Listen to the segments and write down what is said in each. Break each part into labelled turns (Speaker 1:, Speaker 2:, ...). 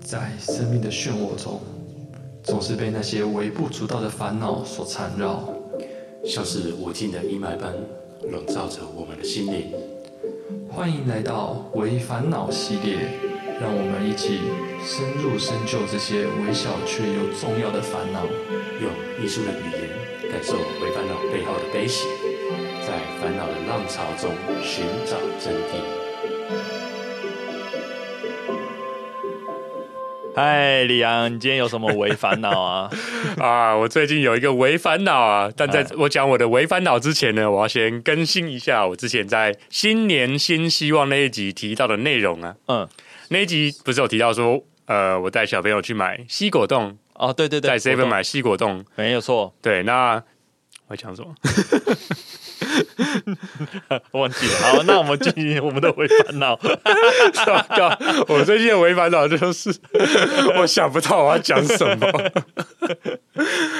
Speaker 1: 在生命的漩涡中，总是被那些微不足道的烦恼所缠绕。
Speaker 2: 像是无尽的阴霾般笼罩着我们的心灵。
Speaker 1: 欢迎来到微烦恼系列，让我们一起深入深究这些微小却又重要的烦恼。
Speaker 2: 用艺术的语言感受为烦恼背后的悲喜，在烦恼的浪潮中寻找真谛。
Speaker 3: 嗨，哎李阳，你今天有什么微烦恼 啊？
Speaker 4: 啊，我最近有一个微烦恼啊，但在我讲我的微烦恼之前呢，我要先更新一下我之前在新年新希望那一集提到的内容啊。
Speaker 3: 嗯，
Speaker 4: 那一集不是有提到说，呃，我带小朋友去买西果冻，
Speaker 3: 哦，对对对，
Speaker 4: 在
Speaker 3: 我
Speaker 4: seven
Speaker 3: 懂
Speaker 4: 买西果冻。
Speaker 3: 没有错，
Speaker 4: 对，那我讲什么？
Speaker 3: 我忘记了。好，那我们进行我们的微烦 恼。
Speaker 4: 糟糕啊我最近的微烦恼就是 我想不到我要讲什么。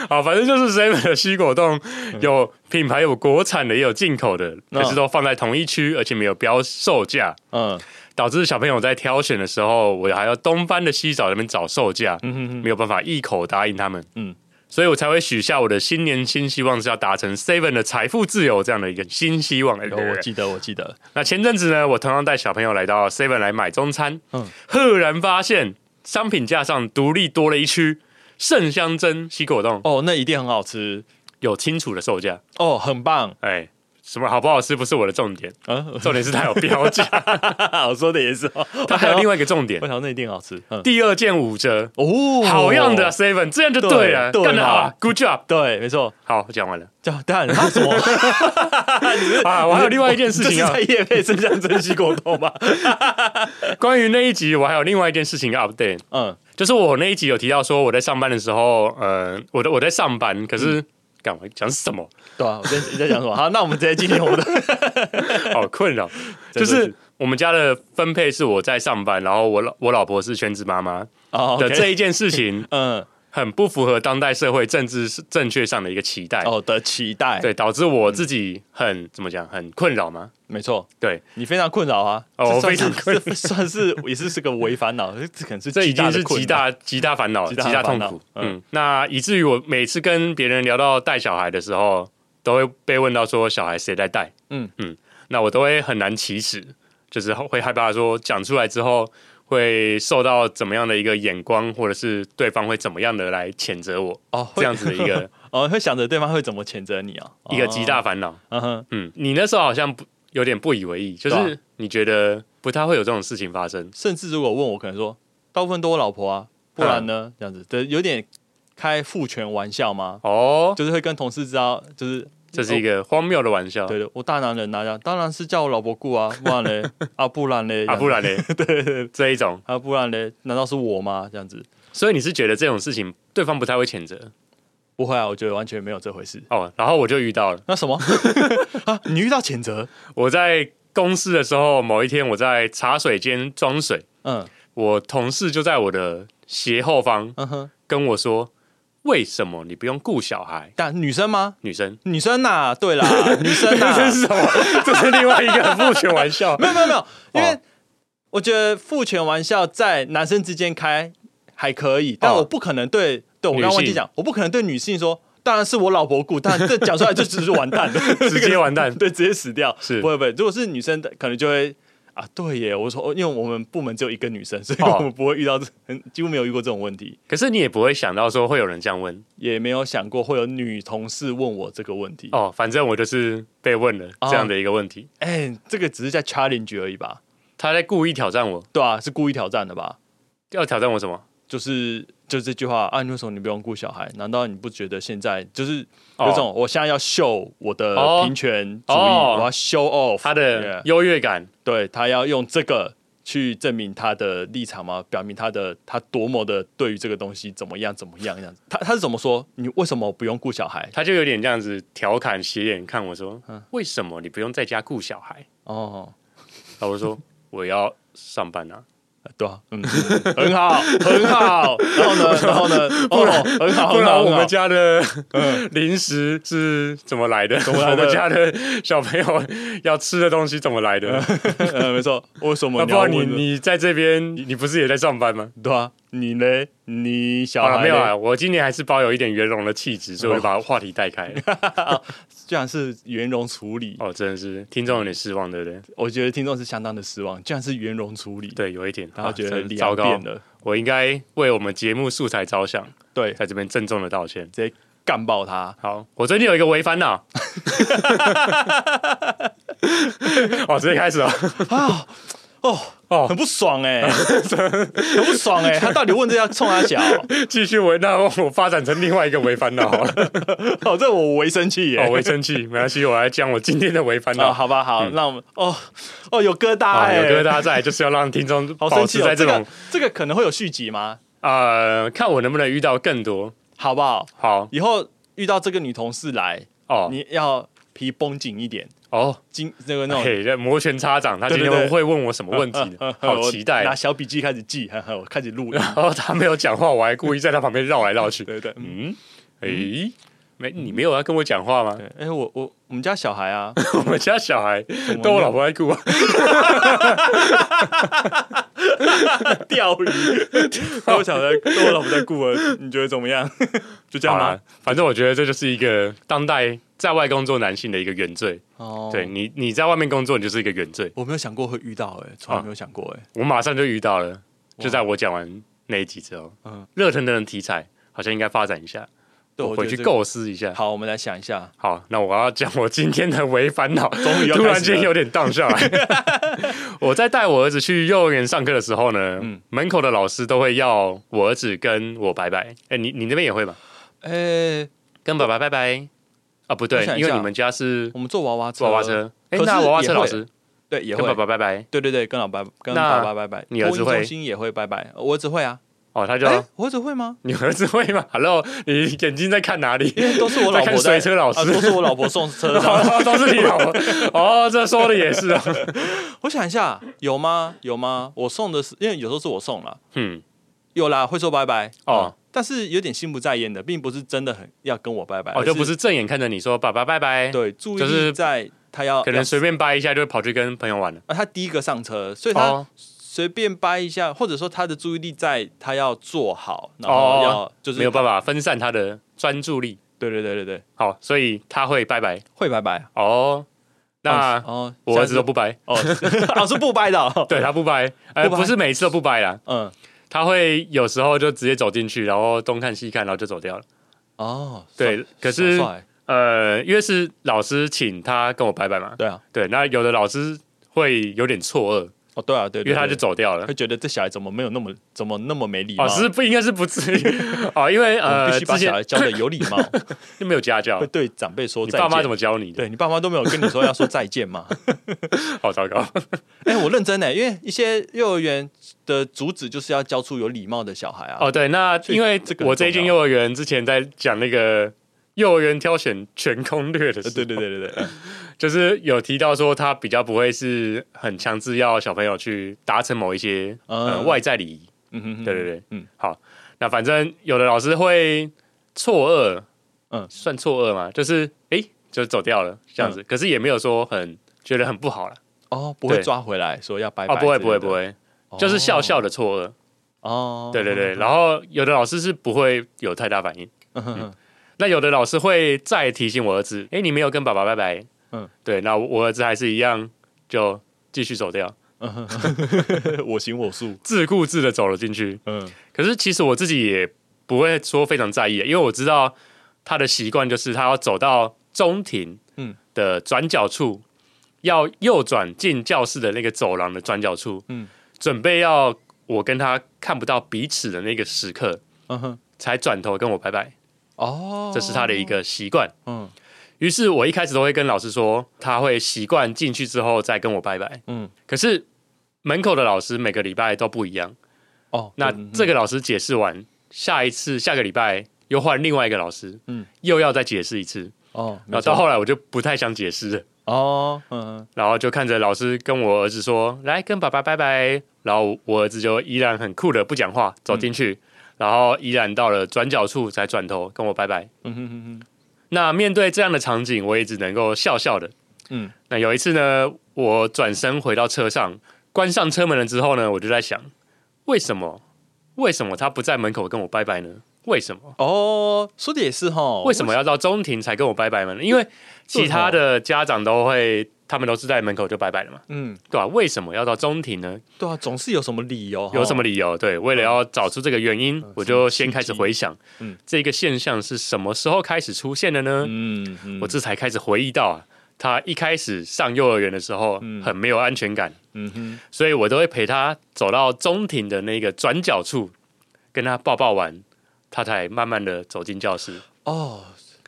Speaker 4: 好，反正就是 seven 的西果冻有品牌，有国产的，也有进口的，可是都放在同一区，而且没有标售价。
Speaker 3: 嗯
Speaker 4: 导致小朋友在挑选的时候，我还要东翻的西找那边找售价，
Speaker 3: 嗯哼哼
Speaker 4: 没有办法一口答应他们，
Speaker 3: 嗯
Speaker 4: 嗯，所以我才会许下我的新年新希望是要达成 Seven 的财富自由这样的一个新希望。哎
Speaker 3: 有
Speaker 4: 对对
Speaker 3: 哦我
Speaker 4: 对
Speaker 3: 记得，我记得，
Speaker 4: 那前阵子呢，我同样带小朋友来到 Seven 来买中餐，
Speaker 3: 嗯
Speaker 4: 嗯，赫然发现商品架上独立多了一区圣香蒸西果冻，
Speaker 3: 哦，那一定很好吃，
Speaker 4: 有清楚的售价，
Speaker 3: 哦，很 棒，
Speaker 4: 哎。什么好不好吃不是我的 重点，
Speaker 3: 嗯，
Speaker 4: 重点是它有 标价，
Speaker 3: 啊我说的也是，哦
Speaker 4: 它还有 另，外一个重点
Speaker 3: 我，想那一定好吃，嗯，
Speaker 4: 第二件五折，
Speaker 3: 哦
Speaker 4: 好样的啊，Seven，这样就对了，
Speaker 3: 对
Speaker 4: 干得好
Speaker 3: 对嘛
Speaker 4: 啊，Good job。
Speaker 3: 对，没错，
Speaker 4: 好，我讲完了
Speaker 3: 叫蛋，他什么？
Speaker 4: 啊，我还有另外一件事情
Speaker 3: 这是
Speaker 4: 要
Speaker 3: 在，夜配生香珍惜果冻 吗？
Speaker 4: 关于那一集，我还有另外一件事情要 update，
Speaker 3: 嗯，
Speaker 4: 就是我那一集有提到说我在上班的时候，呃，我的我在上班，可
Speaker 3: 嗯
Speaker 4: 是干我讲什么？
Speaker 3: 对啊，我在你在讲什么？好，那我们直接进行我 们的，
Speaker 4: 好哦 困扰，就
Speaker 3: 真的
Speaker 4: 是
Speaker 3: 是
Speaker 4: 我们家的分配是我在上班，然后我老我老婆是全职妈妈
Speaker 3: 哦
Speaker 4: 的
Speaker 3: OK
Speaker 4: 这一件事情，
Speaker 3: 嗯，
Speaker 4: 很不符合当代社会政治正确上的一个期待，
Speaker 3: 哦的期待，
Speaker 4: 对，，导致我自己很怎么讲，很困扰吗？
Speaker 3: 没错，
Speaker 4: 对，
Speaker 3: 你非常困扰啊！这算
Speaker 4: 哦我非常
Speaker 3: 是
Speaker 4: 困扰
Speaker 3: 这算是也是是个违反恼，这这可能是
Speaker 4: 这已经是极
Speaker 3: 极大
Speaker 4: 大极大烦恼了，
Speaker 3: 极
Speaker 4: 极
Speaker 3: 大的
Speaker 4: 大痛
Speaker 3: 烦恼
Speaker 4: 苦。
Speaker 3: 嗯
Speaker 4: 嗯，那以至于我每次跟别人聊到带小孩的时候，都会被问到说小孩谁在带。
Speaker 3: 嗯
Speaker 4: 嗯嗯，那我都会很难启齿，就是会害怕说讲出来之后会受到怎么样的一个眼光，或者是对方会怎么样的来谴责我，
Speaker 3: 的困扰哦，会
Speaker 4: 这样子的 一个
Speaker 3: 哦，会想着对方会怎么谴责你哦，
Speaker 4: 一个极大，烦恼。
Speaker 3: 嗯哼，
Speaker 4: 嗯，你那时候好像不有点不以为意，就
Speaker 3: 对啊
Speaker 4: 是你觉得不太会有这种事情发生。
Speaker 3: 甚至如果问我，可能说大部分都我老婆啊，不然
Speaker 4: 嗯
Speaker 3: 呢，这样子，对，有点开父权玩笑吗？
Speaker 4: 哦，
Speaker 3: 就是会跟同事知道，就是
Speaker 4: 这是一个荒谬的玩笑。
Speaker 3: 对的，我大男人拿着，当然是叫我老婆雇啊，不然 嘞，啊不然嘞，
Speaker 4: 啊，不然嘞，
Speaker 3: 对对，
Speaker 4: 这一种。
Speaker 3: 啊不然嘞，难道是我吗？这样子
Speaker 4: 所以你是觉得这种事情对方不太会谴责
Speaker 3: 不会啊，我觉得完全没有这回事。
Speaker 4: 哦，然后我就遇到了，
Speaker 3: 那什 么啊？你遇到谴责？
Speaker 4: 我在公司的时候，某一天我在茶水间装水，
Speaker 3: 嗯
Speaker 4: 我同事就在我的斜后方
Speaker 3: 嗯哼。
Speaker 4: 跟我说：“为什么你不用顾小孩
Speaker 3: 但女生吗？？”
Speaker 4: 女生，
Speaker 3: 女生呐、对 啦，女生呐、
Speaker 4: 这是什么？ 这是另外一个父权玩笑。哦
Speaker 3: 没有没有没有，因为我觉得父权玩笑在男生之间开还可以，但
Speaker 4: 哦
Speaker 3: 我不可能对对我刚刚忘记
Speaker 4: 女性
Speaker 3: 讲，我不可能对女性说，当然是我老婆雇，但这讲出来就只是完蛋的，
Speaker 4: 直接完蛋
Speaker 3: 对，直接死掉，
Speaker 4: 是
Speaker 3: 不会不会，如果是女生的，可能就会。啊，对耶！我说，哦因为我们部门只有一个女生，所以
Speaker 4: 哦
Speaker 3: 我们不会遇到这，很几乎没有遇过这种问题，
Speaker 4: 可是你也不会想到说会有人这样问
Speaker 3: 也没有想过会有女同事问我这个问题。
Speaker 4: 哦，反正我就是被问了
Speaker 3: 哦
Speaker 4: 这样的一个问题。
Speaker 3: 哎、这个只是在 challenge 而已吧？
Speaker 4: 他在故意挑战我，
Speaker 3: 对啊，是故意挑战的吧？
Speaker 4: 要挑战我什么？
Speaker 3: 就是就这句话啊，你为什么你不用顾小孩？难道你不觉得现在就是
Speaker 4: 哦
Speaker 3: 有种我现在要秀我的
Speaker 4: 哦
Speaker 3: 平权主义，
Speaker 4: 哦
Speaker 3: 我要 show off
Speaker 4: 他
Speaker 3: Yeah
Speaker 4: 的优越感
Speaker 3: 对他要用这个去证明他的立场嘛，表明他的他多么的对于这个东西怎么样怎么样这样子。他他是怎么说？你为什么不用顾小孩？
Speaker 4: 他就有点这样子调侃斜眼看我说
Speaker 3: 嗯：“
Speaker 4: 为什么你不用在家顾小孩
Speaker 3: 哦，？”
Speaker 4: 然后 我说：“我要上班啊。
Speaker 3: 对啊，嗯，很好，很好。然后呢，然后呢，哦，很”好，
Speaker 4: 不
Speaker 3: 很好，
Speaker 4: 然我
Speaker 3: 很好
Speaker 4: 们家的 零食是怎么来的？
Speaker 3: 么来的
Speaker 4: 我们家的 小朋友要吃的东西怎么来的？
Speaker 3: 嗯呃，没错，为什么
Speaker 4: 那
Speaker 3: 你
Speaker 4: 不
Speaker 3: 要
Speaker 4: 然你
Speaker 3: 问？
Speaker 4: 你在这边，你你不是也在上班吗？
Speaker 3: 对啊，你嘞？你小
Speaker 4: 好了，
Speaker 3: 孩
Speaker 4: 没有
Speaker 3: 嘞
Speaker 4: 啊，我今年还是保有一点圆融的气质，
Speaker 3: 嗯
Speaker 4: 所以我就把话题带开 了。
Speaker 3: 居然是圆融处理，
Speaker 4: 哦，真的是听众有点失望，对不对？
Speaker 3: 我觉得听众是相当的失望，居然是圆融处理，，
Speaker 4: 对，有一点，
Speaker 3: 然后
Speaker 4: 啊
Speaker 3: 觉得
Speaker 4: 真的
Speaker 3: 脸
Speaker 4: 糟糕
Speaker 3: 变，了，
Speaker 4: 我应该为我们节目素材着想，
Speaker 3: 对，
Speaker 4: 在这边郑重的道歉。
Speaker 3: 直接干爆他，
Speaker 4: 好，我最近有一个违反 脑，哦，直接开始啊！
Speaker 3: 哦
Speaker 4: 哦
Speaker 3: 很不爽哎、 很不爽哎、他到底问这要冲他小？
Speaker 4: 继续违，那我发展成另外一个违反 脑好了。
Speaker 3: 哦，这我为生气耶、
Speaker 4: 哦，我会生气，没关系，我来讲我今天的违反脑。
Speaker 3: 啊，好吧，好，那我们哦哦有疙瘩
Speaker 4: 啊，
Speaker 3: 哎、
Speaker 4: 有哥大家在，就是要让听众
Speaker 3: 好
Speaker 4: 保
Speaker 3: 生气
Speaker 4: 持
Speaker 3: 哦，
Speaker 4: 在这
Speaker 3: 这
Speaker 4: 种
Speaker 3: 个这个可能会有续集吗？
Speaker 4: 呃，看我能不能遇到更多。
Speaker 3: 好不好？
Speaker 4: 好
Speaker 3: 以后遇到这个女同事来，
Speaker 4: 哦，
Speaker 3: 你要皮绷紧一点，
Speaker 4: 哦，
Speaker 3: 紧那个那种
Speaker 4: 嘿，这摩拳擦掌，他
Speaker 3: 对
Speaker 4: 今
Speaker 3: 对
Speaker 4: 天
Speaker 3: 对嗯
Speaker 4: 会问我什么问题？好期待
Speaker 3: 我拿。小笔记开始记， 呵呵我开始录音。
Speaker 4: 然后他没有讲话，我还故意在他旁边绕来绕去。
Speaker 3: 对对嗯
Speaker 4: 嗯，诶，没，你没有要跟我讲话吗
Speaker 3: 对，？哎、我我我们家小孩啊，
Speaker 4: 我们家小孩
Speaker 3: 么
Speaker 4: 都我老婆在顾啊，
Speaker 3: 钓 鱼，都我小孩，都我老婆在顾儿，你觉得怎么样？ 就这样
Speaker 4: 好
Speaker 3: 吗
Speaker 4: 啦？，反正我觉得这就是一个当代在外工作男性的一个原罪。
Speaker 3: 哦
Speaker 4: 对，你，你在外面工作，你就是一个原罪。
Speaker 3: 我没有想过会遇到、哎，从来没有想过、哎、
Speaker 4: 我马上就遇到了，就在我讲完那一集之后，
Speaker 3: 嗯
Speaker 4: 热腾腾的题材好像应该发展一下，
Speaker 3: 对，
Speaker 4: 我
Speaker 3: 我
Speaker 4: 回
Speaker 3: 觉
Speaker 4: 去
Speaker 3: 得这个。
Speaker 4: 构思一下。
Speaker 3: 好，我们来想一下，
Speaker 4: 好，那我要讲我今天的违反脑，
Speaker 3: 终于要
Speaker 4: 突
Speaker 3: 开
Speaker 4: 然
Speaker 3: 始了
Speaker 4: 间有点荡 下来。我在带我儿子去幼儿园上课的时候呢，
Speaker 3: 嗯
Speaker 4: 门口的老师都会要我儿子跟我拜拜。哎，你你那边也会吧？
Speaker 3: 哎、
Speaker 4: 跟爸爸拜拜啊？不
Speaker 3: 我
Speaker 4: 对
Speaker 3: 想，一
Speaker 4: 因
Speaker 3: 下
Speaker 4: 为你们家是
Speaker 3: 我们坐娃娃车，
Speaker 4: 娃娃，车。哎
Speaker 3: 可，是
Speaker 4: 那娃娃车
Speaker 3: 也会
Speaker 4: 老师
Speaker 3: 对，也
Speaker 4: 跟
Speaker 3: 会，
Speaker 4: 爸爸拜拜
Speaker 3: 对对对，跟老爸跟
Speaker 4: 那
Speaker 3: 爸爸拜拜，
Speaker 4: 你儿子
Speaker 3: 托运
Speaker 4: 会
Speaker 3: 中心也会拜拜，我儿子会啊，
Speaker 4: 哦，他就
Speaker 3: 哎、我儿子会吗？
Speaker 4: 你儿子会吗？Hello，你 眼睛在看哪里？
Speaker 3: 因为都是我老
Speaker 4: 在
Speaker 3: 婆
Speaker 4: 看
Speaker 3: 在
Speaker 4: 水车老师
Speaker 3: 啊 都是我老婆送 车上。
Speaker 4: 哦，都是你老婆 哦，这说的也是啊。
Speaker 3: 我想一下，有吗？有吗？我送的是，因为有时候是我送了，
Speaker 4: 嗯，
Speaker 3: 有啦，会说拜拜
Speaker 4: 哦
Speaker 3: 嗯但是有点心不在焉的，并不是真的很要跟我拜拜，
Speaker 4: 哦，就不
Speaker 3: 而
Speaker 4: 是正眼看着你说爸爸拜拜，，
Speaker 3: 对注意
Speaker 4: 就
Speaker 3: 力
Speaker 4: 是
Speaker 3: 在他要
Speaker 4: 可能随便掰一下就会跑去跟朋友玩了。
Speaker 3: 啊，他第一个上车，所以他
Speaker 4: 哦，
Speaker 3: 随便掰一下，或者说他的注意力在他要做好，然
Speaker 4: 哦
Speaker 3: 后要就是
Speaker 4: 没有办
Speaker 3: 法，
Speaker 4: 法分散他的专注力。
Speaker 3: 对对对对对，
Speaker 4: 好，所以他会拜拜
Speaker 3: 会拜拜。
Speaker 4: 哦。那
Speaker 3: 哦，
Speaker 4: 我儿子都
Speaker 3: 不
Speaker 4: 不拜，
Speaker 3: 哦， 哦是不掰的哦，
Speaker 4: 对他不拜，呃，
Speaker 3: 不掰
Speaker 4: 不是每次都不拜啦，
Speaker 3: 嗯，
Speaker 4: 他会有时候就直接走进去，然后东看西看，然后就走掉了。
Speaker 3: 哦，
Speaker 4: 对
Speaker 3: 帅
Speaker 4: 可是
Speaker 3: 帅帅
Speaker 4: 呃，因为是老师请他跟我拜拜嘛，
Speaker 3: 对啊，
Speaker 4: 对，那有的老师会有点错愕，
Speaker 3: 哦对啊对，
Speaker 4: 因为他
Speaker 3: 对
Speaker 4: 就走掉了
Speaker 3: 会。觉得这小孩怎么没有那么怎么那么没礼貌？
Speaker 4: 哦，是不应该是不至于 哦，因为
Speaker 3: 我们
Speaker 4: 呃，
Speaker 3: 必须把
Speaker 4: 之前
Speaker 3: 小孩教的有礼貌，
Speaker 4: 就没有家教
Speaker 3: 会，对长辈说
Speaker 4: 你
Speaker 3: 再见。
Speaker 4: 爸妈怎么教你的？
Speaker 3: 对你爸妈都没有跟你说要说再见吗？
Speaker 4: 好糟糕。
Speaker 3: 哎、我认真的、因为一些幼儿园的主旨就是要教出有礼貌的小孩啊。
Speaker 4: 哦，对，那
Speaker 3: 所以
Speaker 4: 因为
Speaker 3: 这个很
Speaker 4: 我这一
Speaker 3: 重
Speaker 4: 间
Speaker 3: 要
Speaker 4: 幼儿园之前在讲那个幼儿园挑选全攻略的时
Speaker 3: 呃
Speaker 4: 候，
Speaker 3: 对对，对对对，
Speaker 4: 就是有提到说他比较不会是很强制要小朋友去达成某一些呃
Speaker 3: 嗯
Speaker 4: 外在礼仪。
Speaker 3: 嗯哼哼，
Speaker 4: 对对对，
Speaker 3: 嗯
Speaker 4: 嗯，好，那反正有的老师会错
Speaker 3: 嗯
Speaker 4: 愕，
Speaker 3: 嗯
Speaker 4: 嗯，算错愕嘛，就是诶，就走掉了这样子，可是也没有说很觉得很不好了。
Speaker 3: 哦，不会
Speaker 4: 对
Speaker 3: 抓回来说要拜拜、
Speaker 4: 啊，不会不会不，会，就是笑笑
Speaker 3: 的。
Speaker 4: 的错愕。
Speaker 3: 哦，
Speaker 4: 对对对，然后有的老师是不会有太大反应，
Speaker 3: 嗯哼哼，
Speaker 4: 那有的老师会再提醒我儿子，哎，你没有跟爸爸拜拜。
Speaker 3: 嗯
Speaker 4: 嗯，对，那我儿子还是一样就继续走掉，
Speaker 3: 嗯哼哼我行我素。
Speaker 4: 自顾自的走了进去。
Speaker 3: 嗯
Speaker 4: 可是其实我自己也不会说非常在意，因为我知道他的习惯就是他要走到中庭
Speaker 3: 嗯
Speaker 4: 的转角处，要右转进教室的那个走廊的转角处，
Speaker 3: 嗯
Speaker 4: 嗯，准备要我跟他看不到彼此的那个时刻，
Speaker 3: 嗯哼，
Speaker 4: 才转头跟我拜拜，
Speaker 3: 哦，
Speaker 4: 这是他的一个习惯。
Speaker 3: 嗯
Speaker 4: 于是我一开始都会跟老师说，他会习惯进去之后再跟我拜拜。
Speaker 3: 嗯
Speaker 4: 可是门口的老师每个礼拜都不一样，
Speaker 3: 哦，
Speaker 4: 那
Speaker 3: 嗯
Speaker 4: 这个老师解释完，下一次下个礼拜又换另外一个老师，
Speaker 3: 嗯
Speaker 4: 嗯，又要再解释一次。
Speaker 3: 哦，没
Speaker 4: 然后到
Speaker 3: 错
Speaker 4: 后来我就不太想解释了，
Speaker 3: 哦，嗯
Speaker 4: 然后就看着老师跟我儿子说：“来跟爸爸拜拜。”然后我儿子就依然很酷的不讲话，走
Speaker 3: 嗯
Speaker 4: 进去，然后依然到了转角处才转头跟我拜拜。
Speaker 3: 嗯哼哼
Speaker 4: 那面对这样的场景，我也只能够笑笑的。
Speaker 3: 嗯
Speaker 4: 嗯，那有一次呢，我转身回到车上，关上车门了之后呢，我就在想，为什么为什么他不在门口跟我拜拜呢？为什么？
Speaker 3: 哦，说的也是哈，
Speaker 4: 为什么要到中庭才跟我拜拜呢？因为其他的家长都会，他们都是在门口就拜拜了嘛，
Speaker 3: 嗯，
Speaker 4: 对吧、为什么要到中庭呢？
Speaker 3: 对啊，总是有什么理由，
Speaker 4: 有什么
Speaker 3: 理？
Speaker 4: 理由？对，为了要找出这个原因，我就先开始回想，
Speaker 3: 嗯
Speaker 4: 这个现象是什么时候开始出现的呢？
Speaker 3: 嗯，嗯
Speaker 4: 我这才开始回忆到啊，他一开始上幼儿园的时候很没有安全感，
Speaker 3: 嗯哼，
Speaker 4: 所以我都会陪他走到中庭的那个转角处，跟他抱抱完，他才慢慢的走进教室。
Speaker 3: 哦，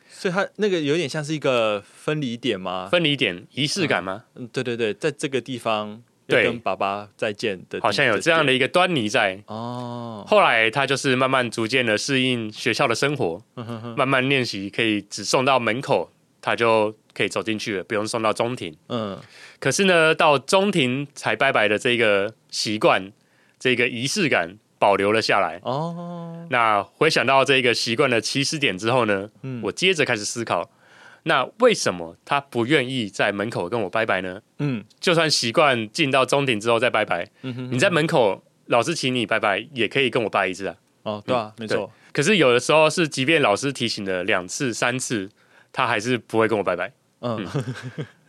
Speaker 3: 所以他那个有点像是一个分离点吗？
Speaker 4: 分离点仪式感吗？
Speaker 3: 嗯，对对对，在这个地方要
Speaker 4: 对
Speaker 3: 跟爸爸再见的地，
Speaker 4: 好像有这样的一个端倪在。
Speaker 3: 哦，
Speaker 4: 后来他就是慢慢逐渐的适应学校的生活，
Speaker 3: 哼嗯哼哼
Speaker 4: 慢慢练习可以只送到门口，他就可以走进去了，不用送到中庭。
Speaker 3: 嗯，
Speaker 4: 可是呢，到中庭才拜拜的这个习惯，这个仪式感保留了下来。
Speaker 3: 哦，
Speaker 4: 那回想到这个习惯的起始点之后呢，
Speaker 3: 嗯
Speaker 4: 我接着开始思考，那为什么他不愿意在门口跟我拜拜呢？
Speaker 3: 嗯
Speaker 4: 就算习惯进到中庭之后再拜拜，
Speaker 3: 嗯哼，
Speaker 4: 你在门口老师请你拜拜，也可以跟我拜一次啊。
Speaker 3: 哦，对啊，没错，
Speaker 4: 可是有的时候是，即便老师提醒了两次、三次，他还是不会跟我拜拜。
Speaker 3: 嗯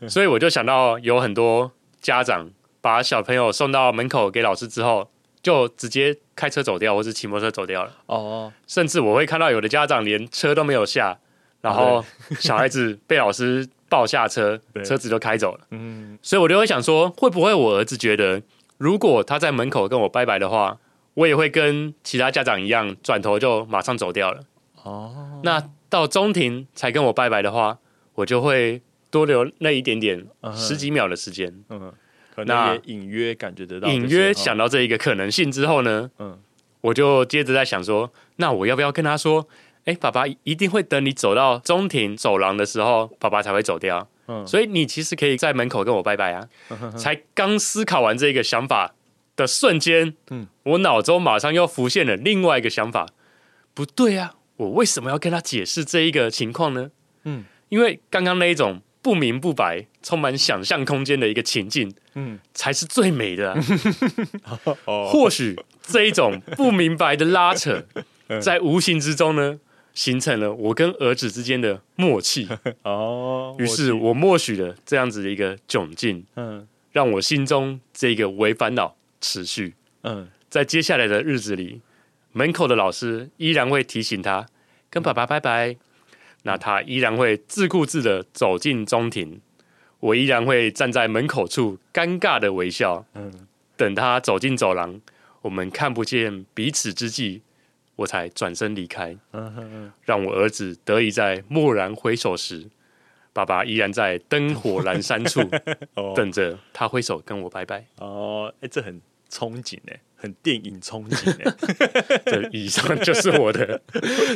Speaker 4: 所以我就想到有很多家长把小朋友送到门口给老师之后，就直接开车走掉，或是骑摩托车走掉了。
Speaker 3: 哦，
Speaker 4: 甚至我会看到有的家长连车都没有下，然后小孩子被老师抱下车，
Speaker 3: 对
Speaker 4: 车子就开走了。
Speaker 3: 嗯
Speaker 4: 所以我就会想说，会不会我儿子觉得，如果他在门口跟我拜拜的话，我也会跟其他家长一样，转头就马上走掉了。
Speaker 3: 哦，
Speaker 4: 那到中庭才跟我拜拜的话，我就会多留那一点点
Speaker 3: 嗯哼
Speaker 4: 十几秒的时间，
Speaker 3: 嗯，可
Speaker 4: 那
Speaker 3: 能也隐约感觉得到，
Speaker 4: 隐约想，到这一个可能性之后呢，
Speaker 3: 哦嗯
Speaker 4: 我就接着在想说，那我要不要跟他说，哎、爸爸一定会等你走到中庭走廊的时候，爸爸才会走掉，
Speaker 3: 嗯，
Speaker 4: 所以你其实可以在门口跟我 拜拜啊。才刚思考完这个想法的瞬间，
Speaker 3: 嗯
Speaker 4: 我脑中马上又浮现了另外一个想法，不对啊，我为什么要跟他解释这一个情况呢？
Speaker 3: 嗯
Speaker 4: 因为刚刚那一种不明不白、充满想象空间的一个情境，
Speaker 3: 嗯，
Speaker 4: 才是最美的啊、
Speaker 3: 哦，
Speaker 4: 或许这一种不明白的拉扯，在无形之中呢，形成了我跟儿子之间的默契。
Speaker 3: 哦，
Speaker 4: 于是，我默许了这样子的一个窘境，
Speaker 3: 嗯
Speaker 4: 让我心中这个为烦恼持续。
Speaker 3: 嗯，
Speaker 4: 在接下来的日子里，门口的老师依然会提醒他跟爸爸拜拜，那他依然会自顾自的走进中庭，我依然会站在门口处尴尬的微笑，
Speaker 3: 嗯
Speaker 4: 等他走进走廊，我们看不见彼此之际，我才转身离开，
Speaker 3: 嗯嗯
Speaker 4: 让我儿子得以在蓦然回首时，爸爸依然在灯火阑珊处
Speaker 3: 哦
Speaker 4: 等着他挥手跟我拜拜。
Speaker 3: 哦，哎，这很憧憬哎，很电影憧憬 哎，
Speaker 4: 这以上就是我的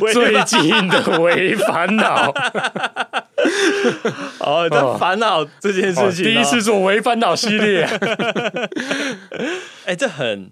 Speaker 3: 喂
Speaker 4: 最近的微烦恼。
Speaker 3: 哦，
Speaker 4: 哦
Speaker 3: 但烦恼这件 事情，啊哦
Speaker 4: 第一次，做微烦恼系列，
Speaker 3: 哎，这很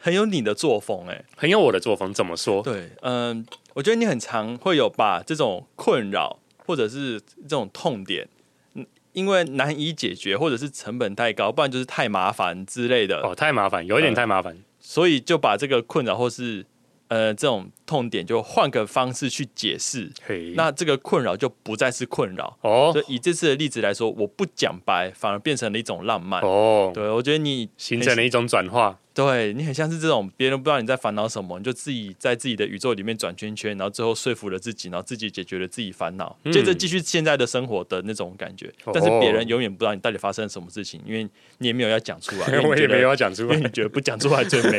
Speaker 3: 很有你的作风哎。
Speaker 4: 很有我的作风。怎么说？
Speaker 3: 对，嗯，我觉得你很常会有把这种困扰或者是这种痛点，嗯因为难以解决，或者是成本太高，不然就是太麻烦之类的，
Speaker 4: 哦，太麻烦，有一点太麻烦。
Speaker 3: 所以就把这个困扰或是呃这种痛点，就换个方式去解释，
Speaker 4: 嘿，
Speaker 3: 那这个困扰就不再是困扰。
Speaker 4: 哦
Speaker 3: 所以以这次的例子来说，我不讲白，反而变成了一种浪漫。
Speaker 4: 哦，
Speaker 3: 对，我觉得你
Speaker 4: 形成了一种转化。
Speaker 3: 对你很像是这种别人不知道你在烦恼什么，你就自己在自己的宇宙里面转圈圈，然后最后说服了自己，然后自己解决了自己烦恼，接
Speaker 4: 嗯
Speaker 3: 着继续现在的生活的那种感觉。
Speaker 4: 哦
Speaker 3: 但是别人永远不知道你到底发生了什么事情，因为你也没有要讲 出来，因为你
Speaker 4: 我也
Speaker 3: 觉得
Speaker 4: 没有要，讲出
Speaker 3: 因为
Speaker 4: 来
Speaker 3: 你觉得不讲出来最 美。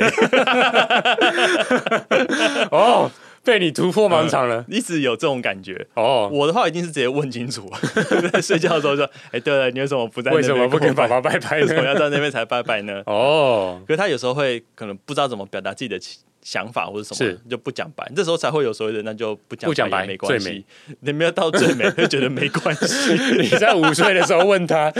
Speaker 4: 哦，被你突破盲肠了。
Speaker 3: 一直有这种感觉。
Speaker 4: 哦，
Speaker 3: 我的话一定是直接问清楚，啊 在睡觉的时候说：“哎、对了，你为什么不在那
Speaker 4: 为
Speaker 3: 边
Speaker 4: 什
Speaker 3: 我拜？
Speaker 4: 么不跟爸爸拜拜
Speaker 3: 为什么要
Speaker 4: 呢？
Speaker 3: 在那边才拜拜呢？”
Speaker 4: 哦，
Speaker 3: 可是他有时候会可能不知道怎么表达自己的情想法或者什么，
Speaker 4: 是
Speaker 3: 就不讲白，这时候才会有所谓的那就不讲
Speaker 4: 不讲白
Speaker 3: 也没关
Speaker 4: 最美
Speaker 3: 系，你没有到最美就觉得没关 系，
Speaker 4: 你在五岁的时候问 他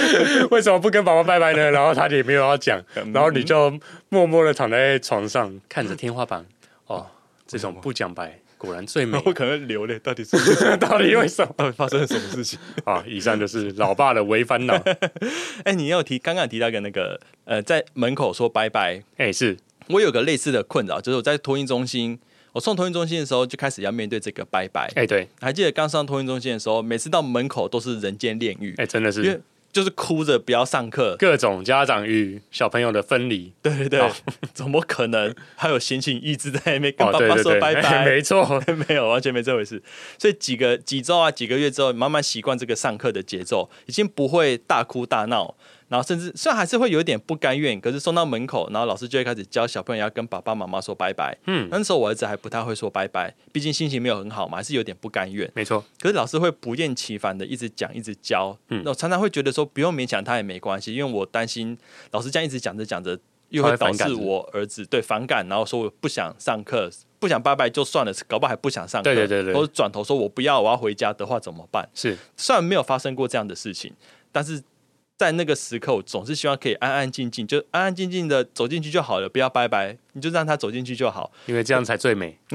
Speaker 4: 为什么不跟爸爸拜拜呢？然后他也没有要讲，
Speaker 3: 嗯
Speaker 4: 然后你就默默的躺在床上看着天花板。哦，这种不讲白，果然最 美。
Speaker 3: 我可能流泪，到底是
Speaker 4: 到底为什么？
Speaker 3: 到底发生了什么事 情？
Speaker 4: 啊，以上就是老爸的微烦恼。
Speaker 3: 哎、你有提刚刚有提到一个那个呃，在门口说拜拜，
Speaker 4: 哎、是
Speaker 3: 我有个类似的困扰，就是我在托运中心，我送托运中心的时候就开始要面对这个拜拜。
Speaker 4: 哎、对，
Speaker 3: 还记得刚上托运中心的时候，每次到门口都是人间炼狱
Speaker 4: 哎、，真的
Speaker 3: 因为
Speaker 4: 是
Speaker 3: 就是哭着不要上课。
Speaker 4: 各种家长与小朋友的分离。
Speaker 3: 对对对
Speaker 4: 好，
Speaker 3: 怎么可能还有心情一直在那边跟
Speaker 4: 哦，
Speaker 3: 爸
Speaker 4: 对
Speaker 3: 爸
Speaker 4: 对
Speaker 3: 说
Speaker 4: 对，
Speaker 3: 拜拜？
Speaker 4: 哎没错，
Speaker 3: 没有，完全没这回事。所以几个几周啊，几个月之后，慢慢习惯这个上课的节奏，已经不会大哭大闹，然后甚至虽然还是会有一点不甘愿，可是送到门口，然后老师就会开始教小朋友要跟爸爸妈妈说拜拜。
Speaker 4: 嗯
Speaker 3: 那时候我儿子还不太会说拜拜，毕竟心情没有很好嘛，还是有点不甘愿。
Speaker 4: 没错，
Speaker 3: 可是老师会不厌其烦的一直讲，一直教。
Speaker 4: 嗯
Speaker 3: 那我常常会觉得说不用勉强他也没关系，因为我担心老师这样一直讲着讲着，又
Speaker 4: 他
Speaker 3: 会
Speaker 4: 会
Speaker 3: 导
Speaker 4: 反感
Speaker 3: 致
Speaker 4: 是不是
Speaker 3: 我儿子对反感，然后说我不想上课，不想拜拜就算了，搞不好还不想上课。
Speaker 4: 对对对对
Speaker 3: 或者转头说我不要，我要回家的话怎么办？
Speaker 4: 是
Speaker 3: 虽然没有发生过这样的事情，但是。在那个时刻，我总是希望可以安安静静，就安安静静的走进去就好了，不要拜拜，你就让他走进去就好。
Speaker 4: 因为这样才最美。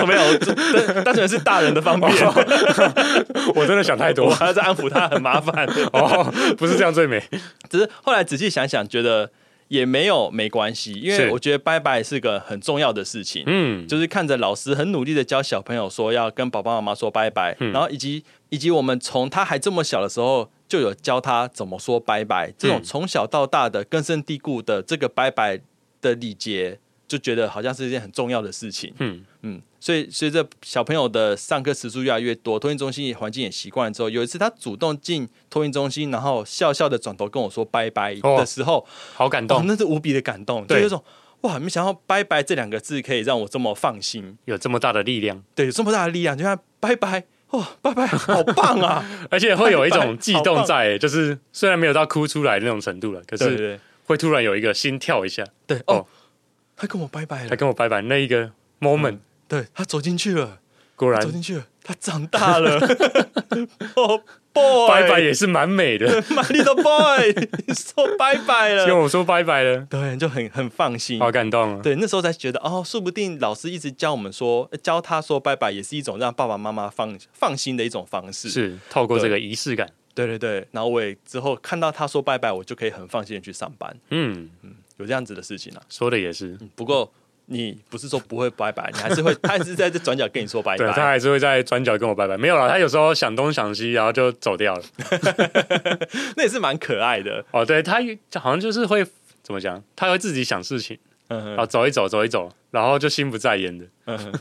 Speaker 3: 我没有，我这单单纯是大人的方 便，
Speaker 4: 我真的想哦太
Speaker 3: 我
Speaker 4: 多
Speaker 3: 还要再安抚他，很麻烦。
Speaker 4: 哦，不是这样最美，
Speaker 3: 只是后来仔细想想，觉得也没有没关系，因为
Speaker 4: 是
Speaker 3: 我觉得拜拜是个很重要的事情。
Speaker 4: 嗯，
Speaker 3: 就是看着老师很努力的教小朋友说要跟爸爸妈妈说拜拜，
Speaker 4: 嗯
Speaker 3: 然后以及以及我们从他还这么小的时候就有教他怎么说拜拜，这
Speaker 4: 嗯
Speaker 3: 种从小到大的根深蒂固的这个拜拜的礼节，就觉得好像是一件很重要的事情。
Speaker 4: 嗯
Speaker 3: 嗯，所以随着小朋友的上课时数越来越多，托运中心环境也习惯了之后，有一次他主动进托运中心，然后笑笑的转头跟我说拜拜
Speaker 4: 哦
Speaker 3: 的时候，
Speaker 4: 好感
Speaker 3: 哦
Speaker 4: 动，
Speaker 3: 那是无比的感动，就
Speaker 4: 对
Speaker 3: 有一种哇，没想到拜拜这两个字可以让我这么放心，
Speaker 4: 有这么大的力量，
Speaker 3: 对，有这么大的力量，就像拜拜。哇、拜 拜，好棒啊！
Speaker 4: 而且会有一种悸
Speaker 3: 好
Speaker 4: 动
Speaker 3: 棒
Speaker 4: 在，就是虽然没有到哭出来那种程度了，可
Speaker 3: 对
Speaker 4: 是
Speaker 3: 对
Speaker 4: 会突然有一个心跳一下。
Speaker 3: 对，哦，他跟我拜拜
Speaker 4: 他
Speaker 3: 了，
Speaker 4: 跟我拜拜那一个 moment，、
Speaker 3: 对他走进去了，
Speaker 4: 果然
Speaker 3: 走进去了，他长大 了，哦 boy，
Speaker 4: 拜拜也是蛮美的。
Speaker 3: ，my little boy，你说拜拜了，
Speaker 4: 跟我说拜拜了，
Speaker 3: 对，就很很放心。
Speaker 4: 好感动啊！
Speaker 3: 对，那时候才觉得哦，说不定老师一直教我们说，呃教他说拜拜，也是一种让爸爸妈妈放放心的一种方式。，
Speaker 4: 是透过这个仪式感，
Speaker 3: 对对对。然后我也之后看到他说拜拜，我就可以很放心的去上班。
Speaker 4: 嗯，
Speaker 3: 有这样子的事情啊。
Speaker 4: 说的也是。
Speaker 3: 不过你不是说不会拜拜，你还是会， 他还是在这转角跟你说拜
Speaker 4: 对他
Speaker 3: 拜。
Speaker 4: 还是会在转角跟我拜拜，没有啦，他有时候想东想西，然后就走掉了。
Speaker 3: 那也是蛮可爱的。
Speaker 4: 哦，对他好像就是会怎么讲，他会自己想事情，
Speaker 3: 嗯
Speaker 4: 然后走一走，走一走，然后就心不在焉的。
Speaker 3: 嗯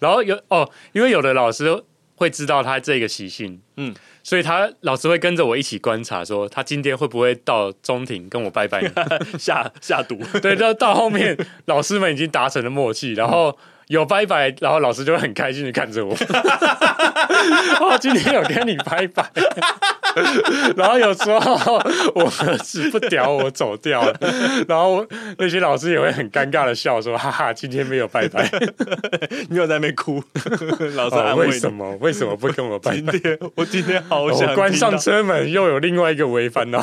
Speaker 4: 然后有哦，因为有的老师会知道他这个习性，
Speaker 3: 嗯
Speaker 4: 嗯，所以他老师会跟着我一起观察，说他今天会不会到中庭跟我拜拜呢？
Speaker 3: 嗯， 下下毒。
Speaker 4: 对，到到后面老师们已经达成了默契，然后有拜拜，然后老师就会很开心的看着我， 哦，今天有跟你拜拜。 然后有时候我儿子不屌我走掉了，然后那些老师也会很尴尬的笑说：“哈哈，今天没有拜拜，
Speaker 3: 你有在那边哭， 老师
Speaker 4: 哦、
Speaker 3: 安慰
Speaker 4: 为
Speaker 3: 你。
Speaker 4: 什么？为什么不跟我拜
Speaker 3: 今
Speaker 4: 拜？”
Speaker 3: 天 我今天好想
Speaker 4: 我关
Speaker 3: 听啊
Speaker 4: 上
Speaker 3: 到
Speaker 4: 车门，又有另外一个违反恼。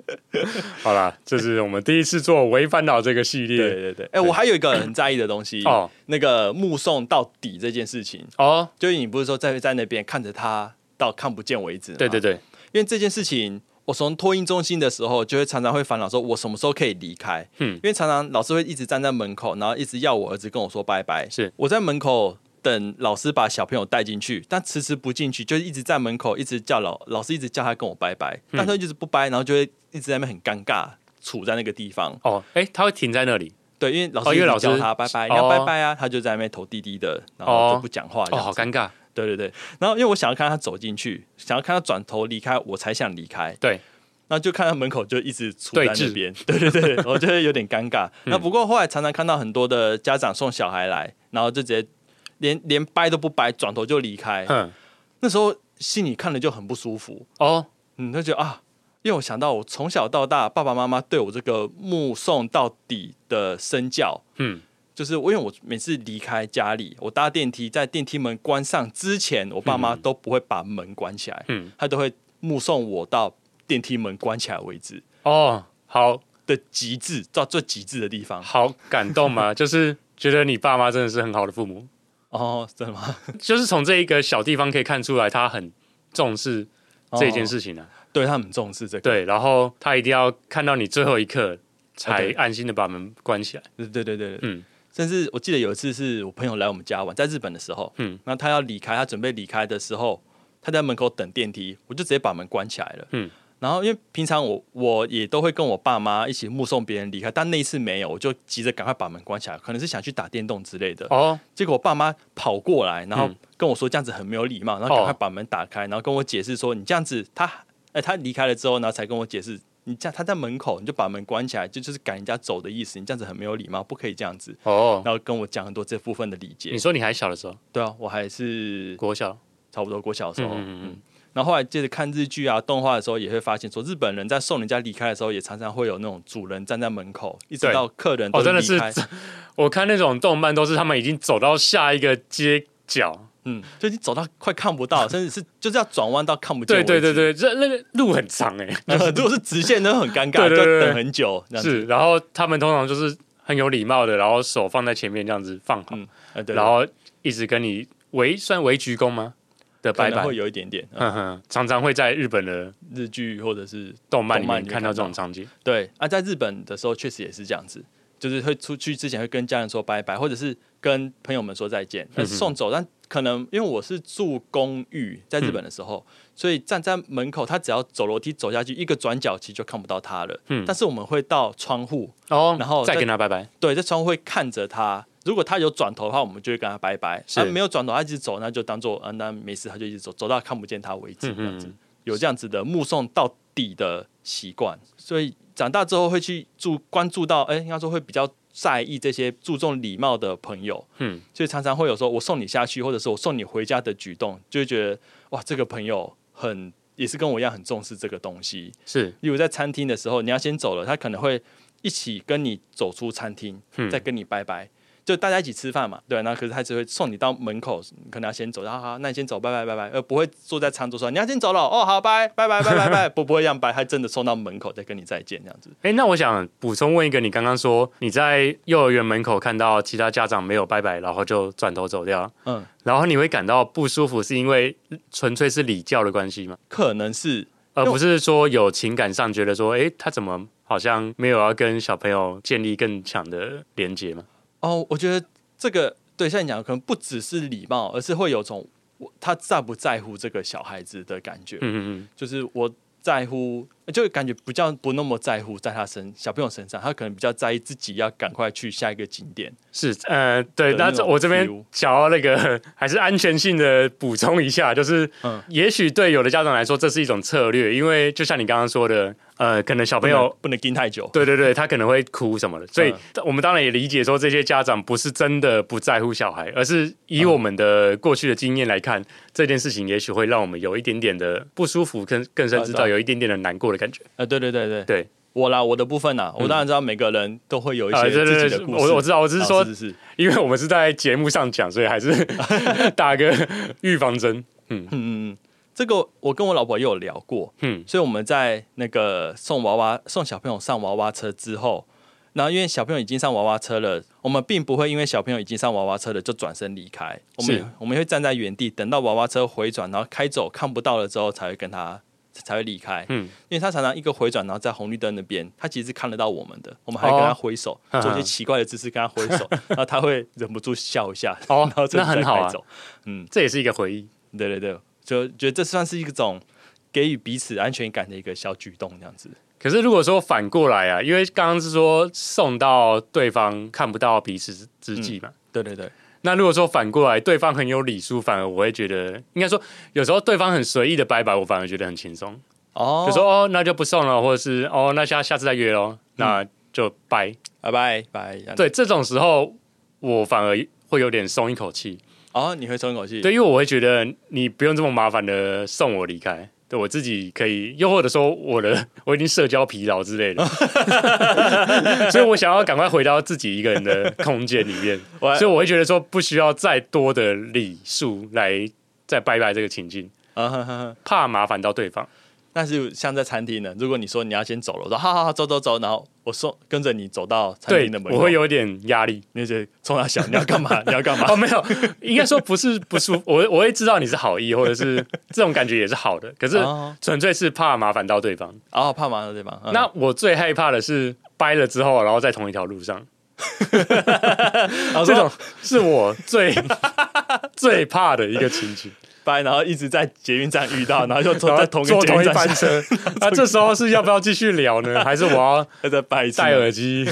Speaker 4: 好啦，这是我们第一次做违反恼这个系
Speaker 3: 对
Speaker 4: 列
Speaker 3: 对对，哎、我还有一个很在意的东西
Speaker 4: 哦
Speaker 3: 那个目送到底这件事情，
Speaker 4: 哦。
Speaker 3: 就是你不是说在在那边看着他到看不见为止，
Speaker 4: 对对，对，
Speaker 3: 因为这件事情。我从托运中心的时候，就会常常会烦恼，说我什么时候可以离开？
Speaker 4: 嗯
Speaker 3: 因为常常老师会一直站在门口，然后一直要我儿子跟我说拜拜。
Speaker 4: 是
Speaker 3: 我在门口等老师把小朋友带进去，但迟迟不进去，就一直在门口一直叫老老师一直叫他跟我拜拜，
Speaker 4: 嗯
Speaker 3: 但他一直不拜，然后就会一直在那边很尴尬，处在那个地方。
Speaker 4: 哦，哎，他会停在那里，
Speaker 3: 对，因为老
Speaker 4: 哦
Speaker 3: 师一
Speaker 4: 因为
Speaker 3: 直
Speaker 4: 老师
Speaker 3: 教他拜拜，你要
Speaker 4: 哦
Speaker 3: 拜拜啊，他就在那边头滴滴的，然后
Speaker 4: 哦
Speaker 3: 就不讲话这
Speaker 4: 哦，
Speaker 3: 样
Speaker 4: 好
Speaker 3: 子。
Speaker 4: 尴尬。
Speaker 3: 对对对，然后因为我想要看他走进去，想要看他转头离开，我才想离开。
Speaker 4: 对，
Speaker 3: 那就看到门口就一直杵在
Speaker 4: 对峙嗯
Speaker 3: 那边， 对对对，我觉得有点尴尬。那不过后来常常看到很多的家长送小孩来，然后就直接连连掰都不掰，转头就离开。
Speaker 4: 嗯，
Speaker 3: 那时候心里看了就很不舒服，
Speaker 4: 哦，
Speaker 3: 嗯，就觉得啊，因为我想到我从小到大爸爸妈妈对我这个目送到底的身教，
Speaker 4: 嗯，
Speaker 3: 就是我因为我每次离开家里，我搭电梯，在电梯门关上之前，我爸妈都不会把门关起来，
Speaker 4: 嗯，
Speaker 3: 他都会目送我到电梯门关起来为止
Speaker 4: 哦，好
Speaker 3: 的极致，到最极致的地方。
Speaker 4: 好感动嘛， 就是觉得你爸妈真的是很好的父母，
Speaker 3: 哦，真的吗？
Speaker 4: 就是从这一个小地方可以看出来，他很重视这件事情啊。
Speaker 3: 对他们很重视这个，
Speaker 4: 哦对，然后他一定要看到你最后一刻，才安心的把门关起来。
Speaker 3: 对对对对，
Speaker 4: 嗯
Speaker 3: 嗯。甚至我记得有一次是我朋友来我们家玩，在日本的时候，
Speaker 4: 嗯
Speaker 3: 嗯，那他要离开，他准备离开的时候，他在门口等电梯，我就直接把门关起来了，
Speaker 4: 嗯
Speaker 3: 嗯。然后因为平常我我也都会跟我爸妈一起目送别人离开，但那一次没有，我就急着赶快把门关起来，可能是想去打电动之类的。
Speaker 4: 哦，
Speaker 3: 结果我爸妈跑过来，然后
Speaker 4: 嗯哦
Speaker 3: 跟我说这样子很没有礼貌，然后赶快把门打开，然后跟我解释说你这样子，他哎、他离开了之后，然后才跟我解释，你这样他在门口你就把门关起来，就就是赶人家走的意思，你这样子很没有礼貌，不可以这样子。
Speaker 4: 哦，嗯
Speaker 3: 然后跟我讲很多这部分的理解
Speaker 4: 你，说你还小的时候，
Speaker 3: 对啊，我还是
Speaker 4: 国小，
Speaker 3: 差不多国小的时候，
Speaker 4: 嗯
Speaker 3: 嗯
Speaker 4: 嗯嗯
Speaker 3: 然后后来接着看日剧啊、动画的时候，也会发现说，日本人在送人家离开的时候，也常常会有那种主人站在门口，一直
Speaker 4: 对
Speaker 3: 到客人都
Speaker 4: 哦，真的
Speaker 3: 离
Speaker 4: 是
Speaker 3: 开，，
Speaker 4: 我看那种动漫都是他们已经走到下一个街角，
Speaker 3: 嗯，就已经走到快看不到，甚至是就是要转弯到看不见。
Speaker 4: 对对对，对，这那个路很长哎、
Speaker 3: 呃 如果是直线，那很尴尬，
Speaker 4: 对对对
Speaker 3: 就要
Speaker 4: 对
Speaker 3: 等很久。这样子，
Speaker 4: 是，然后他们通常就是很有礼貌的，然后手放在前面这样子放好，
Speaker 3: 嗯，呃，对，
Speaker 4: 然后一直跟你微算微鞠躬吗？的
Speaker 3: 可
Speaker 4: 拜拜
Speaker 3: 能，会有一点点、呃
Speaker 4: 嗯哼，常常会在日本的
Speaker 3: 日剧或者是
Speaker 4: 动漫
Speaker 3: 动
Speaker 4: 里面
Speaker 3: 漫里面
Speaker 4: 看到这种场景。
Speaker 3: 对啊，在日本的时候确实也是这样子，就是会出去之前会跟家人说拜拜，或者是跟朋友们说再
Speaker 4: 嗯
Speaker 3: 见，但是送走。但可能因为我是住公寓，在日本的时
Speaker 4: 嗯
Speaker 3: 候，所以站在门口，他只要走楼梯走下去一个转角，其实就看不到他了。
Speaker 4: 嗯
Speaker 3: 但是我们会到窗户，
Speaker 4: 哦，
Speaker 3: 然后
Speaker 4: 再
Speaker 3: 再
Speaker 4: 跟他拜拜，
Speaker 3: 对，在窗户会看着他。如果他有转头的话，我们就会跟他拜拜；
Speaker 4: 是
Speaker 3: 他、没有转头，他一直走，那就当做啊，那没事，他就一直走，走到看不见他为止，这样子。
Speaker 4: 嗯
Speaker 3: 有这样子的目送到底的习惯，所以长大之后会去注关注到，哎、应该说会比较在意这些注重礼貌的朋友，
Speaker 4: 嗯，
Speaker 3: 所以常常会有说我送你下去，或者是我送你回家的举动，就会觉得哇，这个朋友很也是跟我一样很重视这个东西，
Speaker 4: 是
Speaker 3: 例如在餐厅的时候，你要先走了，他可能会一起跟你走出餐厅，
Speaker 4: 嗯
Speaker 3: 再跟你拜拜。就大家一起吃饭嘛，对，然后可是他只会送你到门口，你可能要先走，然后好，那你先走，拜拜拜拜，呃，不会坐在餐桌上，你要先走了，哦，好，拜拜拜拜拜拜， 不不会这样拜，他真的送到门口再跟你再见这样子，
Speaker 4: 哎、那我想补充问一个，你刚刚说你在幼儿园门口看到其他家长没有拜拜，然后就转头走掉，
Speaker 3: 嗯，
Speaker 4: 然后你会感到不舒服，是因为纯粹是礼教的关系吗？
Speaker 3: 可能是
Speaker 4: 而
Speaker 3: 因为
Speaker 4: 呃不是说有情感上觉得说，哎、他怎么好像没有要跟小朋友建立更强的连接吗？
Speaker 3: 哦，我觉得这个对像你讲的，可能不只是礼貌，而是会有种我他在不在乎这个小孩子的感觉，
Speaker 4: 嗯嗯
Speaker 3: 就是我在乎，就感觉比较不那么在乎在他身小朋友身上，他可能比较在意自己要赶快去下一个景点。
Speaker 4: 嗯，是，呃，对，
Speaker 3: 的
Speaker 4: 那
Speaker 3: 那
Speaker 4: 这
Speaker 3: 种
Speaker 4: 我这边
Speaker 3: feel
Speaker 4: 想要那个还是安全性的补充一下，就是，
Speaker 3: 嗯
Speaker 4: 也许对有的家长来说，这是一种策略，因为就像你刚刚说的，呃，可能小朋友
Speaker 3: 不能不能盯太久。
Speaker 4: 对对对，他可能会哭什么的，所以
Speaker 3: 嗯
Speaker 4: 我们当然也理解说，这些家长不是真的不在乎小孩，而是以我们的过去的经验来看，这件事情也许会让我们有一点点的不舒服，更更甚至
Speaker 3: 啊
Speaker 4: 到
Speaker 3: 对
Speaker 4: 有一点点的难过的感觉。
Speaker 3: 呃，对对对对，
Speaker 4: 对，
Speaker 3: 我啦，我的部分啊啦，我当然知道每个人都会有一
Speaker 4: 啊
Speaker 3: 些
Speaker 4: 对对
Speaker 3: 自己
Speaker 4: 对
Speaker 3: 的故事。
Speaker 4: 我我知道我只是
Speaker 3: 啊
Speaker 4: 说
Speaker 3: 是是
Speaker 4: 因为我们是在节目上讲，所以 还是打个预防针。
Speaker 3: 嗯嗯嗯，这个我跟我老婆也有聊过，
Speaker 4: 嗯
Speaker 3: 所以我们在那个送娃娃送小朋友上娃娃车之后，然后因为小朋友已经上娃娃车了，我们并不会因为小朋友已经上娃娃车了就转身离开，我
Speaker 4: 是
Speaker 3: 们我们会站在原地等到娃娃车回转，然后开走看不到了之后才会跟他。才会离开，
Speaker 4: 嗯，
Speaker 3: 因为他常常一个回转，然后在红绿灯那边，他其实是看得到我们的，我们还跟他挥手，
Speaker 4: 哦
Speaker 3: 做一些奇怪的姿势跟他挥 手，然后他会忍不住笑一下，
Speaker 4: 哦
Speaker 3: 然后
Speaker 4: 那
Speaker 3: 再
Speaker 4: 很好啊
Speaker 3: 开走，嗯，
Speaker 4: 这也是一个回忆。
Speaker 3: 对对对，就觉得这算是一种给予彼此安全感的一个小举动，这样子。
Speaker 4: 可是如果说反过来啊，因为刚刚是说送到对方看不到彼此之之际嘛，
Speaker 3: 对对对，
Speaker 4: 那如果说反过来，对方很有礼数，反而我会觉得，应该说有时候对方很随意的拜拜，我反而觉得很轻松，
Speaker 3: 哦，
Speaker 4: 就说哦，那就不送了，或者是哦，那下下次再约喽，那就拜。
Speaker 3: 拜拜拜，这样子，
Speaker 4: 对，这种时候我反而会有点松一口气，
Speaker 3: 哦，你会松一口气，
Speaker 4: 对，因为我会觉得你不用这么麻烦的送我离开。对我自己可以，又或者说我的 我已经社交疲劳之类的， 所以我想要赶快回到自己一个人的空间里面，
Speaker 3: 我
Speaker 4: 所以我会觉得说不需要再多的礼数来再拜拜这个情境，
Speaker 3: 啊呵呵呵，
Speaker 4: 怕麻烦到对方。
Speaker 3: 但是像在餐厅呢，如果你说你要先走了，我说好好好，走走走，然后我送跟着你走到餐
Speaker 4: 对
Speaker 3: 厅的，门口，
Speaker 4: 我会有点压力。
Speaker 3: 那些冲他想你 要干 嘛？你要干嘛
Speaker 4: 哦，？没有，应该说不是不舒 服，我会我会知道你是好意，或者是这种感觉也是好的，可是
Speaker 3: 哦
Speaker 4: 纯粹是怕麻烦到对方。
Speaker 3: 哦，怕麻了对吧？嗯
Speaker 4: 那我最害怕的是掰了之后，然后在同一条路 上，
Speaker 3: 然后
Speaker 4: 这
Speaker 3: 说
Speaker 4: 种是我最 最怕的一个情景。
Speaker 3: 掰，然后一直在捷运站遇到，然后就坐
Speaker 4: 然
Speaker 3: 在同一
Speaker 4: 后
Speaker 3: 个
Speaker 4: 坐
Speaker 3: 捷
Speaker 4: 同
Speaker 3: 运
Speaker 4: 一班
Speaker 3: 站下，
Speaker 4: 车，那这时候是要不要继续聊 呢？还是我要
Speaker 3: 还在掰一次
Speaker 4: 戴耳 机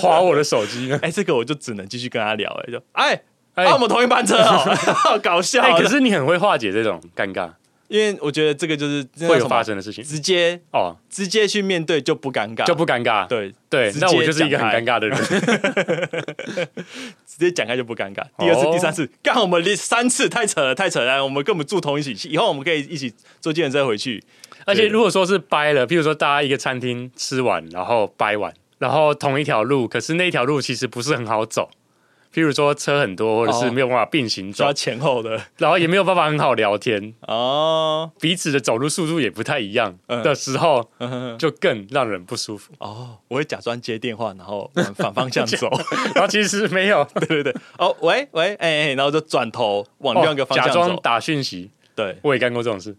Speaker 4: 划我的手机呢？
Speaker 3: 哎，这个我就只能继续跟他聊，哎，就哎。
Speaker 4: 哎
Speaker 3: 啊，我们同一班车 哦， 搞笑
Speaker 4: 哎，
Speaker 3: 了。
Speaker 4: 可是你很会化解这种尴尬
Speaker 3: 因为我觉得这个就是
Speaker 4: 会有发
Speaker 3: 生，
Speaker 4: 生的事情
Speaker 3: 直接
Speaker 4: 哦，
Speaker 3: 直接去面对就不尴尬，
Speaker 4: 就不尴尬。
Speaker 3: 对
Speaker 4: 对
Speaker 3: 直，接
Speaker 4: 那我就是一个很尴
Speaker 3: 讲
Speaker 4: 尬的人。
Speaker 3: 直接讲开就不尴尬。第二次、
Speaker 4: 哦
Speaker 3: 第三次，干我们连三次太扯了，太扯了，我们根本住同一起，以后我们可以一起坐计程车回去。
Speaker 4: 而且如果说是掰了，譬如说大家一个餐厅吃完，然后掰完，然后同一条路，可是那一条路其实不是很好走。譬如说车很多，或者是啊
Speaker 3: 哦
Speaker 4: 没有办法并行走，
Speaker 3: 抓前后的
Speaker 4: 然后也没有办法很好聊天，
Speaker 3: 哦，
Speaker 4: 彼此的走路速度也不太一样
Speaker 3: 嗯
Speaker 4: 的时候，
Speaker 3: 嗯哼哼
Speaker 4: 就更让人不舒服。
Speaker 3: 哦，我会假装接电话，然后往反方向 走，
Speaker 4: 然后其实没有，
Speaker 3: 对对对，哦，喂喂，哎、哎，然后就转头往另外一个方
Speaker 4: 哦假
Speaker 3: 向走，
Speaker 4: 装打讯息，
Speaker 3: 对，
Speaker 4: 我也干过这种事。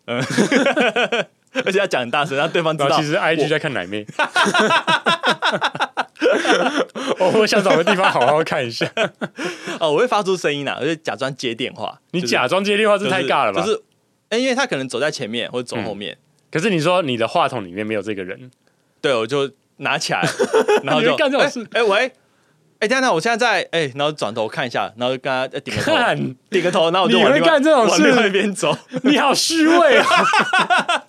Speaker 3: 而且要讲很大声，让对方知
Speaker 4: 然后
Speaker 3: 道。
Speaker 4: 其实 IG 在看奶妹， 哦，我 想找个地方好好看 一下。
Speaker 3: 哦，我会发出声音啦，我就假装接电话。
Speaker 4: 你
Speaker 3: 就是
Speaker 4: 假装接电话，这
Speaker 3: 就是
Speaker 4: 太尬了吧？嗯
Speaker 3: 就是，哎、因为他可能走在前面或者走后面，
Speaker 4: 可是你说你的话筒里面没有这个人，
Speaker 3: 对我就拿起 来，然后
Speaker 4: 你
Speaker 3: 就
Speaker 4: 会干这种事
Speaker 3: 哎、哎喂，哎、等一下，那我现在在哎、然后转头看一下，然后就跟他、哎点个头，
Speaker 4: 看
Speaker 3: 点个头，然后我就
Speaker 4: 你
Speaker 3: 往
Speaker 4: 会
Speaker 3: 另外
Speaker 4: 干这种事
Speaker 3: 往另外一边走。
Speaker 4: 你好虚 伪啊！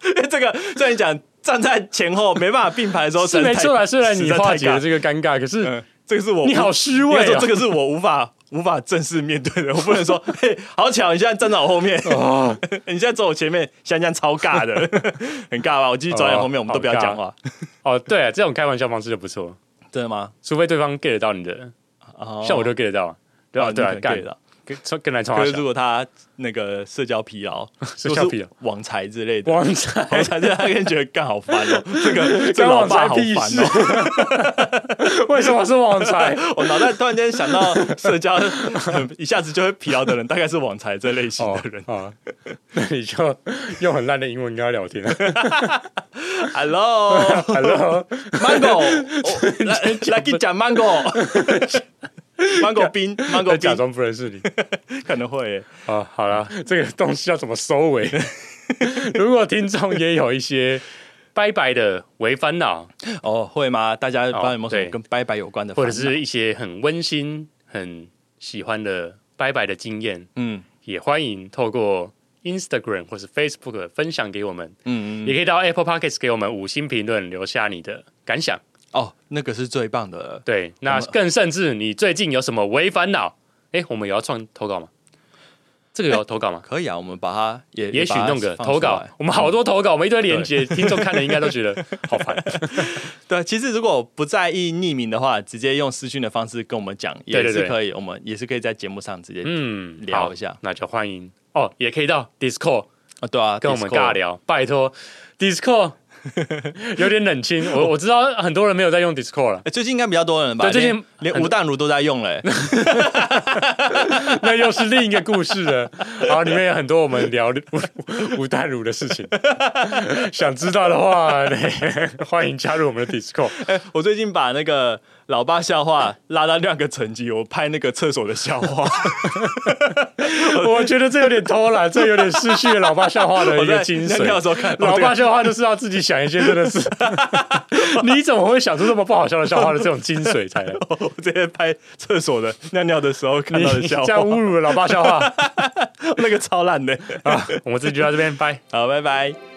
Speaker 3: 因为这个，虽然讲站在前后没办法并排的时候，
Speaker 4: 是没错啦，
Speaker 3: 了，
Speaker 4: 虽然你化解了
Speaker 3: 个，
Speaker 4: 这个尴尬，可是
Speaker 3: 嗯，这个是我
Speaker 4: 你好
Speaker 3: 无。
Speaker 4: 虚
Speaker 3: 应该
Speaker 4: 伪
Speaker 3: 说
Speaker 4: 啊
Speaker 3: 这！个是我无法 无法正式面对的，我不能说， 嘿，好巧，你现在站在我后面，
Speaker 4: 哦，
Speaker 3: 你现在走我前面，想想超尬的， 很尬吧？我继续走在你后面，
Speaker 4: 哦
Speaker 3: 我们都不要讲话，
Speaker 4: 哦，对啊，这种开玩笑方式就不错，
Speaker 3: 真的吗？
Speaker 4: 除非对方 get 得到你的，
Speaker 3: 哦
Speaker 4: 像我就 get 得到啊，对吧？
Speaker 3: 哦
Speaker 4: 对啊
Speaker 3: 你，可能
Speaker 4: 干
Speaker 3: get 得到
Speaker 4: 跟冲跟来冲
Speaker 3: 可
Speaker 4: 他
Speaker 3: 是
Speaker 4: 笑
Speaker 3: 如果他那个社交疲劳，
Speaker 4: 社交疲劳、
Speaker 3: 网财之类 的，
Speaker 4: 王才，
Speaker 3: 网财之类的，他可能觉得干好烦 哦，这个这
Speaker 4: 跟
Speaker 3: 个老
Speaker 4: 王
Speaker 3: 爸
Speaker 4: 才
Speaker 3: 好
Speaker 4: 屁
Speaker 3: 烦
Speaker 4: 事
Speaker 3: 哦。，
Speaker 4: 为什么是王 才？
Speaker 3: 我脑袋突然间想到社交， 很一下子就会疲劳的人，大概是网财这类型
Speaker 4: 哦
Speaker 3: 的人。
Speaker 4: 啊，那你就用很烂的英文跟他 聊天
Speaker 3: Hello，Mango，
Speaker 4: ，Hello，
Speaker 3: 哦来来给讲 Mango，Mango 冰，Mango
Speaker 4: 我假
Speaker 3: 冰
Speaker 4: 装不认识你。
Speaker 3: 可能会耶
Speaker 4: 啊，好了，这个东西要怎么收尾？ 如果听众也有一些拜拜的微烦恼，
Speaker 3: 哦，会吗？大家不知道有没有什
Speaker 4: 哦对
Speaker 3: 么跟拜拜有关的烦恼，嗯
Speaker 4: 或者是一些很温馨、很喜欢的拜拜的经验，
Speaker 3: 嗯
Speaker 4: 也欢迎透过 Instagram 或是 Facebook 分享给我们。
Speaker 3: 嗯嗯
Speaker 4: 也可以到 Apple Podcast 给我们五星评论，留下你的感想。
Speaker 3: 哦，那个是最棒的了。
Speaker 4: 对，那更甚至你最近有什么微烦恼？哎，我们也要创投稿吗？这个有投稿吗？
Speaker 3: 可以啊，我们把它也
Speaker 4: 也许
Speaker 3: 把它
Speaker 4: 弄个
Speaker 3: 放
Speaker 4: 投
Speaker 3: 出
Speaker 4: 稿
Speaker 3: 来，嗯
Speaker 4: 我们好多投稿，我们一堆连接，听众看了应该都觉 得好烦。
Speaker 3: 对，其实如果不在意匿名的话，直接用私讯的方式跟我们讲也
Speaker 4: 对对
Speaker 3: 是
Speaker 4: 对
Speaker 3: 可以，我们也是可以在节目上直接
Speaker 4: 嗯，好
Speaker 3: 聊一下，
Speaker 4: 那就欢迎哦，也可以到 Discord
Speaker 3: 啊，对啊，
Speaker 4: 跟我们
Speaker 3: Discord
Speaker 4: 尬聊，拜托 Discord 有点冷清，我我知道很多人没有在用 Discord 了，
Speaker 3: 欸最近应该比较多人吧？
Speaker 4: 对最近
Speaker 3: 连连
Speaker 4: 很
Speaker 3: 吴淡如都在用嘞、欸
Speaker 4: 那又是另一个故事了。好，里面有很多我们聊吴吴吴淡如的事情， 想知道的话， 欢迎加入我们的 Discord。
Speaker 3: 欸 我最近把那个老爸笑话拉到另外一个层级，我拍那个厕所的笑话，
Speaker 4: 我觉得这有点偷懒，这有点失去了老爸笑话的一
Speaker 3: 我
Speaker 4: 个
Speaker 3: 在
Speaker 4: 精
Speaker 3: 尿尿的
Speaker 4: 髓。
Speaker 3: 时候看哦
Speaker 4: 老爸笑话就是要自己想一些，真的 是，你怎么会想出这么不好笑的笑话的这种精髓才能？
Speaker 3: 我直接拍厕所的尿尿的时候 看
Speaker 4: 你
Speaker 3: 到的笑
Speaker 4: 这样侮
Speaker 3: 话，
Speaker 4: 辱了老爸笑话
Speaker 3: 那个超烂的、
Speaker 4: 啊！我们这集就到这边，拜。
Speaker 3: 好，拜拜。